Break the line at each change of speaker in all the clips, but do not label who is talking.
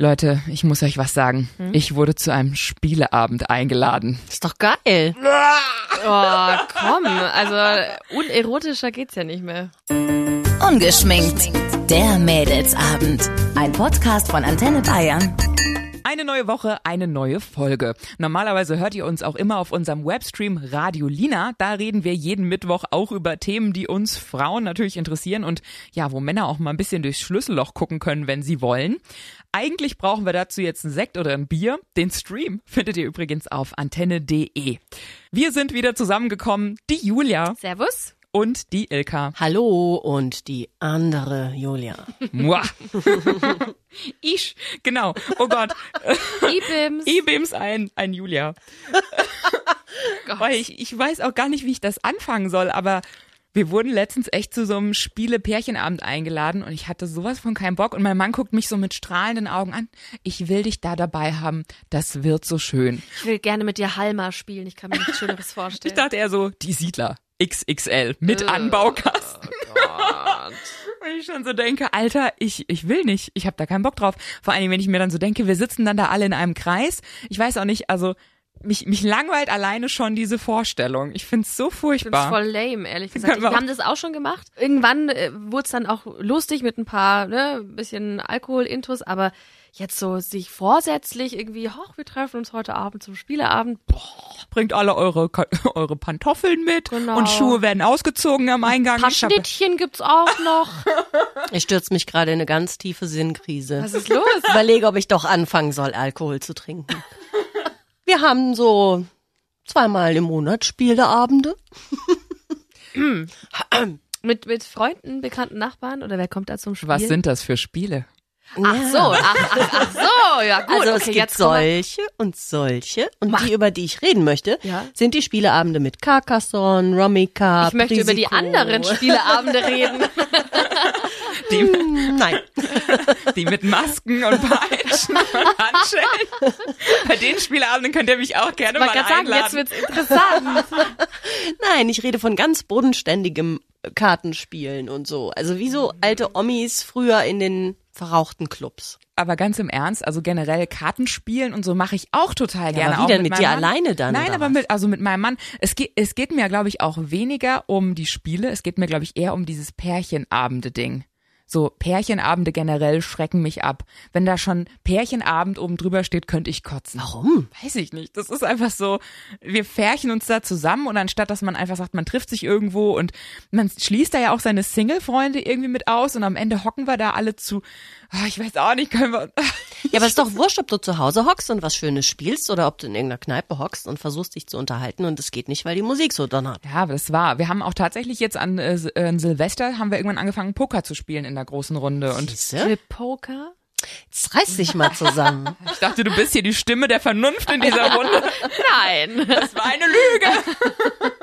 Leute, ich muss euch was sagen. Ich wurde zu einem Spieleabend eingeladen.
Ist doch geil. Oh, komm. Also, unerotischer geht's ja nicht mehr.
Ungeschminkt. Der Mädelsabend. Ein Podcast von Antenne Bayern.
Eine neue Woche, eine neue Folge. Normalerweise hört ihr uns auch immer auf unserem Webstream Radio Lina. Da reden wir jeden Mittwoch auch über Themen, die uns Frauen natürlich interessieren und ja, wo Männer auch mal ein bisschen durchs Schlüsselloch gucken können, wenn sie wollen. Eigentlich brauchen wir dazu jetzt einen Sekt oder ein Bier. Den Stream findet ihr übrigens auf antenne.de. Wir sind wieder zusammengekommen, die Julia
Servus.
und die Ilka.
Hallo und die andere Julia.
Mua. ich, genau. Oh Gott,
Ibims.
E-Beams ein, ein Julia. Weil ich, ich weiß auch gar nicht, wie ich das anfangen soll, aber wir wurden letztens echt zu so einem Spiele-Pärchenabend eingeladen und ich hatte sowas von keinen Bock und mein Mann guckt mich so mit strahlenden Augen an. Ich will dich da dabei haben. Das wird so schön.
Ich will gerne mit dir Halma spielen. Ich kann mir nichts Schöneres vorstellen.
Ich dachte eher so, die Siedler. XXL mit
Äh, oh
Anbaukasten.
Gott.
Wenn ich schon so denke, Alter, ich, ich will nicht, ich habe da keinen Bock drauf. Vor allen Dingen, wenn ich mir dann so denke, wir sitzen dann da alle in einem Kreis. Ich weiß auch nicht, also mich, mich langweilt alleine schon diese Vorstellung. Ich find's so
Ich find's
furchtbar.
voll lame, ehrlich gesagt.
Können wir
Wir
auch-
haben das auch schon gemacht. Irgendwann äh, wurde es dann auch lustig mit ein paar, ne, bisschen Alkohol-Intus, aber jetzt so sich vorsätzlich irgendwie, hoch, wir treffen uns heute Abend zum Spieleabend.
Bringt alle eure, Ka- eure Pantoffeln mit
Genau.
und Schuhe werden ausgezogen am Eingang.
Paar
Ich hab-
Schnittchen gibt's auch noch.
Ich stürze mich gerade in eine ganz tiefe Sinnkrise.
Was ist los?
Ich überlege, ob ich doch anfangen soll, Alkohol zu trinken. Wir haben so zweimal im Monat Spieleabende.
Mit, mit Freunden, bekannten Nachbarn oder wer kommt da zum Spiel?
Was sind das für Spiele?
Ach so, ach, ach, ach so, ja gut.
also
okay,
es gibt
jetzt kommen wir-
solche und solche. Und die, über die ich reden möchte,
Ja.
sind die Spieleabende mit Carcassonne, Rummy Cup,
Ich möchte über die
Risiko.
anderen Spieleabende reden.
Die,
Hm, Nein.
die mit Masken und Peitschen und Handschellen. Bei den Spielabenden könnt ihr mich auch gerne
Man
mal
kann sagen,
einladen.
jetzt wird's interessant.
Nein, ich rede von ganz bodenständigem Kartenspielen und so. Also wie so alte Omis früher in den verrauchten Clubs.
aber ganz im Ernst, also generell Kartenspielen und so mache ich auch total gerne.
aber wie
auch
denn, mit
meinem
dir
Mann.
alleine dann,
Nein,
oder
aber
was?
mit, also mit meinem Mann. Es geht, es geht mir, glaube ich, auch weniger um die Spiele. Es geht mir, glaube ich, eher um dieses Pärchenabende-Ding. So, Pärchenabende generell schrecken mich ab. Wenn da schon Pärchenabend oben drüber steht, könnte ich kotzen.
Warum?
Weiß ich nicht. Das ist einfach so, wir färchen uns da zusammen und anstatt, dass man einfach sagt, man trifft sich irgendwo und man schließt da ja auch seine Single-Freunde irgendwie mit aus und am Ende hocken wir da alle zu, Ah, ich weiß auch nicht, können wir,
Ja, aber ist doch wurscht, ob du zu Hause hockst und was Schönes spielst oder ob du in irgendeiner Kneipe hockst und versuchst dich zu unterhalten und es geht nicht, weil die Musik so donnert.
Ja, aber das war. Wir haben auch tatsächlich jetzt an, äh, S- äh, an Silvester haben wir irgendwann angefangen, Poker zu spielen in der großen Runde. Und
Siehste?
Poker?
Jetzt reiß dich mal zusammen.
ich dachte, du bist hier die Stimme der Vernunft in dieser Runde.
Nein.
Das war eine Lüge.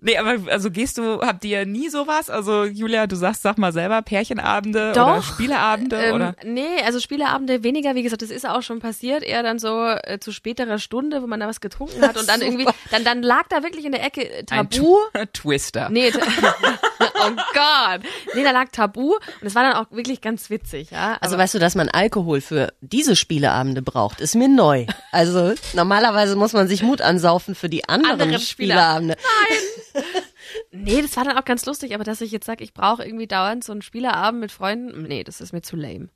Nee, aber also gehst du, habt ihr nie sowas? Also Julia, du sagst, sag mal selber, Pärchenabende oder
Doch,
Spieleabende oder?
Ähm, nee, also Spieleabende weniger, wie gesagt, das ist auch schon passiert, eher dann so äh, zu späterer Stunde, wo man da was getrunken hat und dann irgendwie, dann, dann lag da wirklich in der Ecke äh,
Ein
Tabu.
Tw- Twister.
Nee, ta- oh Gott. Nee, da lag Tabu und es war dann auch wirklich ganz witzig, ja.
Also weißt du, dass man Alkohol für diese Spieleabende braucht, ist mir neu. Also normalerweise muss man sich Mut ansaufen für die anderen,
Andere Spieleabende.
Spieleabende.
Nee, das war dann auch ganz lustig, aber dass ich jetzt sage, ich brauche irgendwie dauernd so einen Spielerabend mit Freunden, nee, das ist mir zu lame.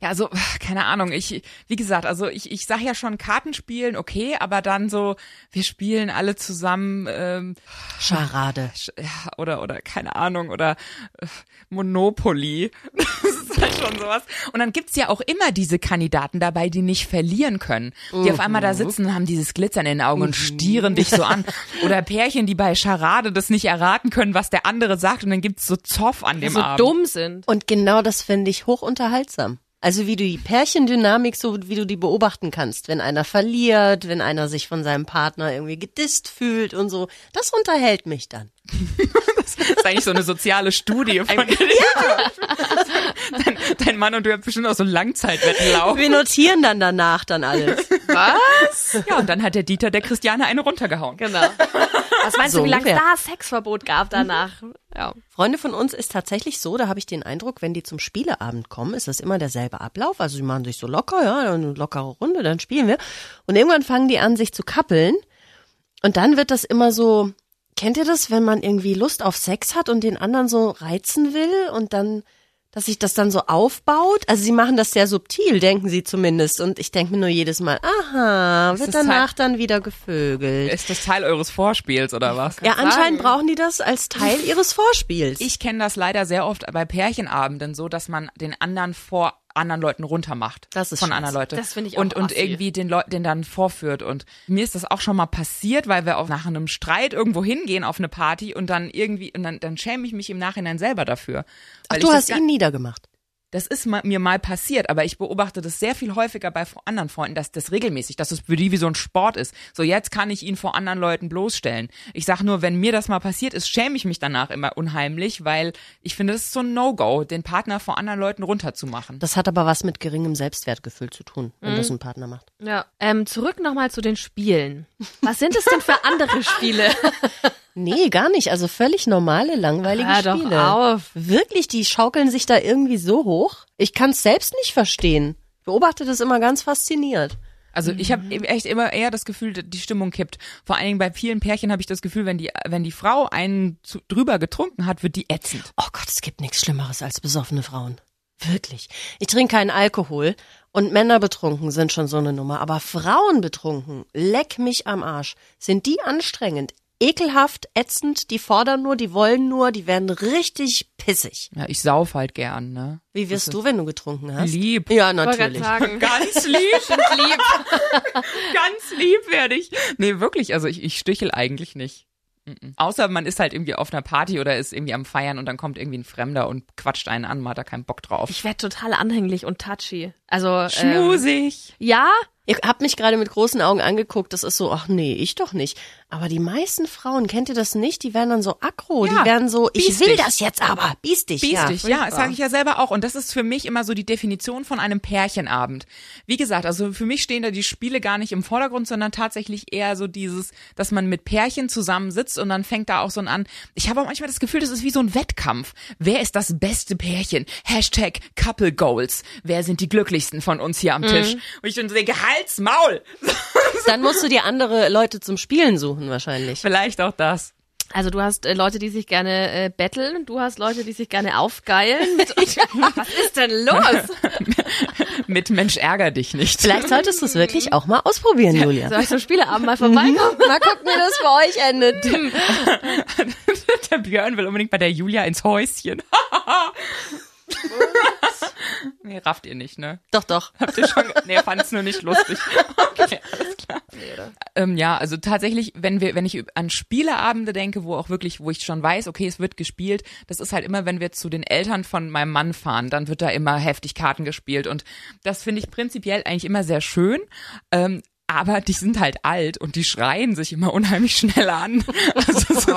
Ja, also, keine Ahnung. Ich, wie gesagt, also ich, ich sag ja schon Kartenspielen, okay, aber dann so, wir spielen alle zusammen, ähm,
Scharade.
Sch- ja, oder oder keine Ahnung oder äh, Monopoly. Das ist halt schon sowas. Und dann gibt's ja auch immer diese Kandidaten dabei, die nicht verlieren können. Die auf einmal da sitzen und haben dieses Glitzern in den Augen und stieren dich so an. Oder Pärchen, die bei Charade das nicht erraten können, was der andere sagt und dann gibt's so Zoff an
Die
dem
so
Abend.
dumm sind.
Und genau das finde ich hochunterhaltsam. Also wie du die Pärchendynamik, so wie du die beobachten kannst, wenn einer verliert, wenn einer sich von seinem Partner irgendwie gedisst fühlt und so, das unterhält mich dann.
Das ist eigentlich so eine soziale Studie von ja. dein, dein Mann und du habt bestimmt auch so Langzeitwettenlauf.
Wir notieren dann danach dann alles.
Was?
Ja, und dann hat der Dieter der Christiane eine runtergehauen.
Genau. Was meinst
So
du, wie lange es
ungefähr.
da Sexverbot gab danach? Ja.
Freunde von uns ist tatsächlich so, da habe ich den Eindruck, wenn die zum Spieleabend kommen, ist das immer derselbe Ablauf. Also sie machen sich so locker, ja, dann eine lockere Runde, dann spielen wir. Und irgendwann fangen die an, sich zu kappeln. Und dann wird das immer so, kennt ihr das, wenn man irgendwie Lust auf Sex hat und den anderen so reizen will und dann, dass sich das dann so aufbaut? Also sie machen das sehr subtil, denken sie zumindest. Und ich denke mir nur jedes Mal, aha, wird
ist halt-
danach dann wieder gevögelt.
Ist das Teil eures Vorspiels oder was?
Ja,
sagen.
anscheinend brauchen die das als Teil ihres Vorspiels.
Ich kenne das leider sehr oft bei Pärchenabenden so, dass man den anderen vor anderen Leuten runtermacht.
Das ist
von
scheiße.
anderen Leuten.
Das finde ich
und
auch
und
assi.
irgendwie den Leuten dann vorführt und mir ist das auch schon mal passiert, weil wir auch nach einem Streit irgendwo hingehen auf eine Party und dann irgendwie und dann, dann schäme ich mich im Nachhinein selber dafür.
Ach,
Weil
du
ich das
hast
gar-
ihn niedergemacht.
Das ist mal, mir mal passiert, aber ich beobachte das sehr viel häufiger bei vor- anderen Freunden, dass das regelmäßig, dass es für die wie so ein Sport ist. So, jetzt kann ich ihn vor anderen Leuten bloßstellen. Ich sag nur, wenn mir das mal passiert ist, schäme ich mich danach immer unheimlich, weil ich finde, es ist so ein No-Go, den Partner vor anderen Leuten runterzumachen.
Das hat aber was mit geringem Selbstwertgefühl zu tun, wenn
Mhm.
das ein Partner macht.
ja. Ähm, zurück nochmal zu den Spielen. Was sind es denn für andere Spiele?
Nee, gar nicht. Also völlig normale, langweilige
Hör doch
Spiele.
auf.
Wirklich, die schaukeln sich da irgendwie so hoch. Ich kann es selbst nicht verstehen. Ich Beobachte das immer ganz fasziniert.
Also ich habe echt immer eher das Gefühl, die Stimmung kippt. Vor allen Dingen bei vielen Pärchen habe ich das Gefühl, wenn die, wenn die Frau einen zu, drüber getrunken hat, wird die ätzend.
Oh Gott, es gibt nichts Schlimmeres als besoffene Frauen. Wirklich. Ich trinke keinen Alkohol und Männer betrunken sind schon so eine Nummer, aber Frauen betrunken, leck mich am Arsch, sind die anstrengend, ekelhaft, ätzend, die fordern nur, die wollen nur, die werden richtig pissig.
Ja, ich sauf halt gern, ne?
Wie wirst du, wenn du getrunken hast?
Lieb.
Ja,
Ich wollte gerade
natürlich.
sagen.
Ganz lieb.
Lieb.
Ganz lieb werde ich. Nee, wirklich, also ich, ich stichel eigentlich nicht. Mhm. Außer man ist halt irgendwie auf einer Party oder ist irgendwie am Feiern und dann kommt irgendwie ein Fremder und quatscht einen an, man hat da keinen Bock drauf.
Ich werde total anhänglich und touchy. Also ähm,
Schmusig.
ja,
Ihr habt mich gerade mit großen Augen angeguckt. Das ist so, ach nee, ich doch nicht. Aber die meisten Frauen, kennt ihr das nicht? Die werden dann so aggro.
Ja,
die werden so, ich will
biestig.
das jetzt aber. Biestig.
Biestig,
Ja.
ja, das sage ich ja selber auch. Und das ist für mich immer so die Definition von einem Pärchenabend. Wie gesagt, also für mich stehen da die Spiele gar nicht im Vordergrund, sondern tatsächlich eher so dieses, dass man mit Pärchen zusammensitzt und dann fängt da auch so ein an. Ich habe auch manchmal das Gefühl, das ist wie so ein Wettkampf. Wer ist das beste Pärchen? Hashtag Couple Goals. Wer sind die glücklichsten von uns hier am Tisch? Und ich dann so denke, Hals, Maul!
Dann musst du dir andere Leute zum Spielen suchen wahrscheinlich.
Vielleicht auch das.
also du hast äh, Leute, die sich gerne äh, betteln, du hast Leute, die sich gerne aufgeilen. Was ist denn los?
Mit Mensch ärger dich nicht.
Vielleicht solltest du es wirklich auch mal ausprobieren, Julia.
Soll ich zum Spieleabend mal vorbeikommen?
Mal gucken, wie das bei euch endet.
Der Björn will unbedingt bei der Julia ins Häuschen. nee, rafft ihr nicht, ne?
Doch, doch.
Habt ihr schon. ge- Nee, fand's nur nicht lustig. Okay, alles klar. Ähm, ja, also tatsächlich, wenn wir, wenn ich an Spieleabende denke, wo auch wirklich, wo ich schon weiß, okay, es wird gespielt, das ist halt immer, wenn wir zu den Eltern von meinem Mann fahren, dann wird da immer heftig Karten gespielt. Und das finde ich prinzipiell eigentlich immer sehr schön. Ähm, aber die sind halt alt und die schreien sich immer unheimlich schnell an. Also es ist,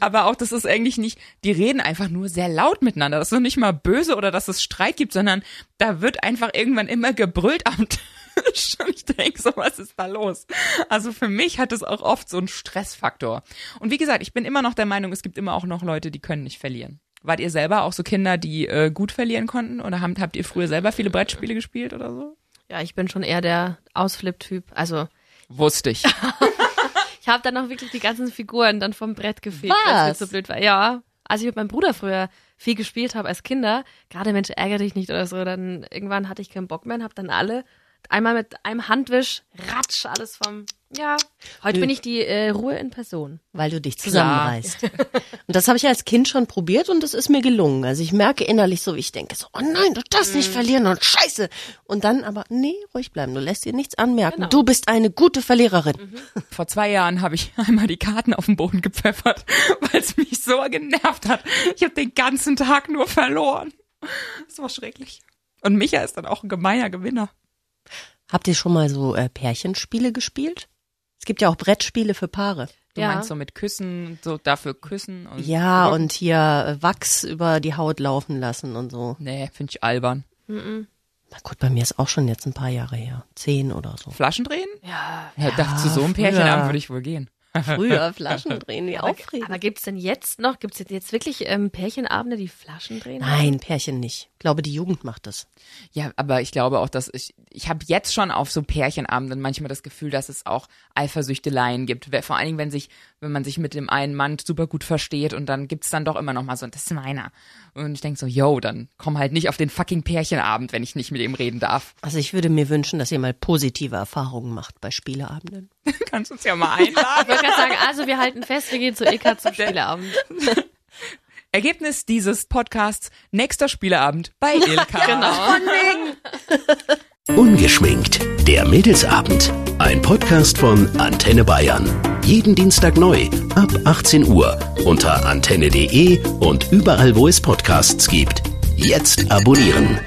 aber auch das ist eigentlich nicht, die reden einfach nur sehr laut miteinander. Das ist noch nicht mal böse oder dass es Streit gibt, sondern da wird einfach irgendwann immer gebrüllt am Tisch. Und ich denke so, was ist da los? Also für mich hat es auch oft so einen Stressfaktor. Und wie gesagt, ich bin immer noch der Meinung, es gibt immer auch noch Leute, die können nicht verlieren. Wart ihr selber auch so Kinder, die äh, gut verlieren konnten? Oder habt, habt ihr früher selber viele Brettspiele gespielt oder so?
Ja, ich bin schon eher der Ausflipp-Typ. Also
Wusste ich.
ich habe dann auch wirklich die ganzen Figuren dann vom Brett gefegt,
Was?
weil es mir so blöd war. Ja, als ich mit meinem Bruder früher viel gespielt habe als Kinder, gerade Mensch ärgere dich nicht oder so, dann irgendwann hatte ich keinen Bock mehr und habe dann alle einmal mit einem Handwisch ratsch alles vom ja. Heute bin ich die äh, Ruhe in Person.
Weil du dich zusammenreißt. Und das habe ich als Kind schon probiert und es ist mir gelungen. Also ich merke innerlich so, wie ich denke, so, oh nein, du darfst nicht verlieren und scheiße. Und dann aber, nee, ruhig bleiben, du lässt dir nichts anmerken. Du bist eine gute Verliererin.
Vor zwei Jahren habe ich einmal die Karten auf den Boden gepfeffert, weil es mich so genervt hat. Ich habe den ganzen Tag nur verloren. Das war schrecklich. Und Micha ist dann auch ein gemeiner Gewinner.
Habt ihr schon mal so äh, Pärchenspiele gespielt? Es gibt ja auch Brettspiele für Paare.
Du
Ja.
meinst so mit Küssen, so dafür Küssen und
Mhm. Ja, und hier äh, Wachs über die Haut laufen lassen und so.
nee, finde ich albern.
Na gut, bei mir ist auch schon jetzt ein paar Jahre her. Zehn oder so.
Flaschen drehen?
Ja,
Ja, dachte zu so einem
früher.
Pärchenabend würde ich wohl gehen.
Früher Flaschen drehen, die aufregen.
Aber gibt's denn jetzt noch, gibt's denn jetzt wirklich ähm, Pärchenabende, die Flaschen drehen?
Nein, Pärchen nicht. Ich glaube, die Jugend macht das.
Ja, aber ich glaube auch, dass ich, ich habe jetzt schon auf so Pärchenabenden manchmal das Gefühl, dass es auch Eifersüchteleien gibt. Wer- Vor allen Dingen, wenn sich, wenn man sich mit dem einen Mann super gut versteht und dann gibt's dann doch immer noch mal so, das ist meiner. Und ich denk so, yo, dann komm halt nicht auf den fucking Pärchenabend, wenn ich nicht mit ihm reden darf.
Also ich würde mir wünschen, dass ihr mal positive Erfahrungen macht bei Spieleabenden.
Kannst uns ja mal einladen.
Ich wollte gerade sagen, also wir halten fest, wir gehen zu Eka zum Spieleabend.
Ergebnis dieses Podcasts, nächster Spieleabend bei Ilka.
Genau.
Ungeschminkt. Der Mädelsabend. Ein Podcast von Antenne Bayern. Jeden Dienstag neu ab 18 Uhr unter antenne.de und überall, wo es Podcasts gibt. Jetzt abonnieren.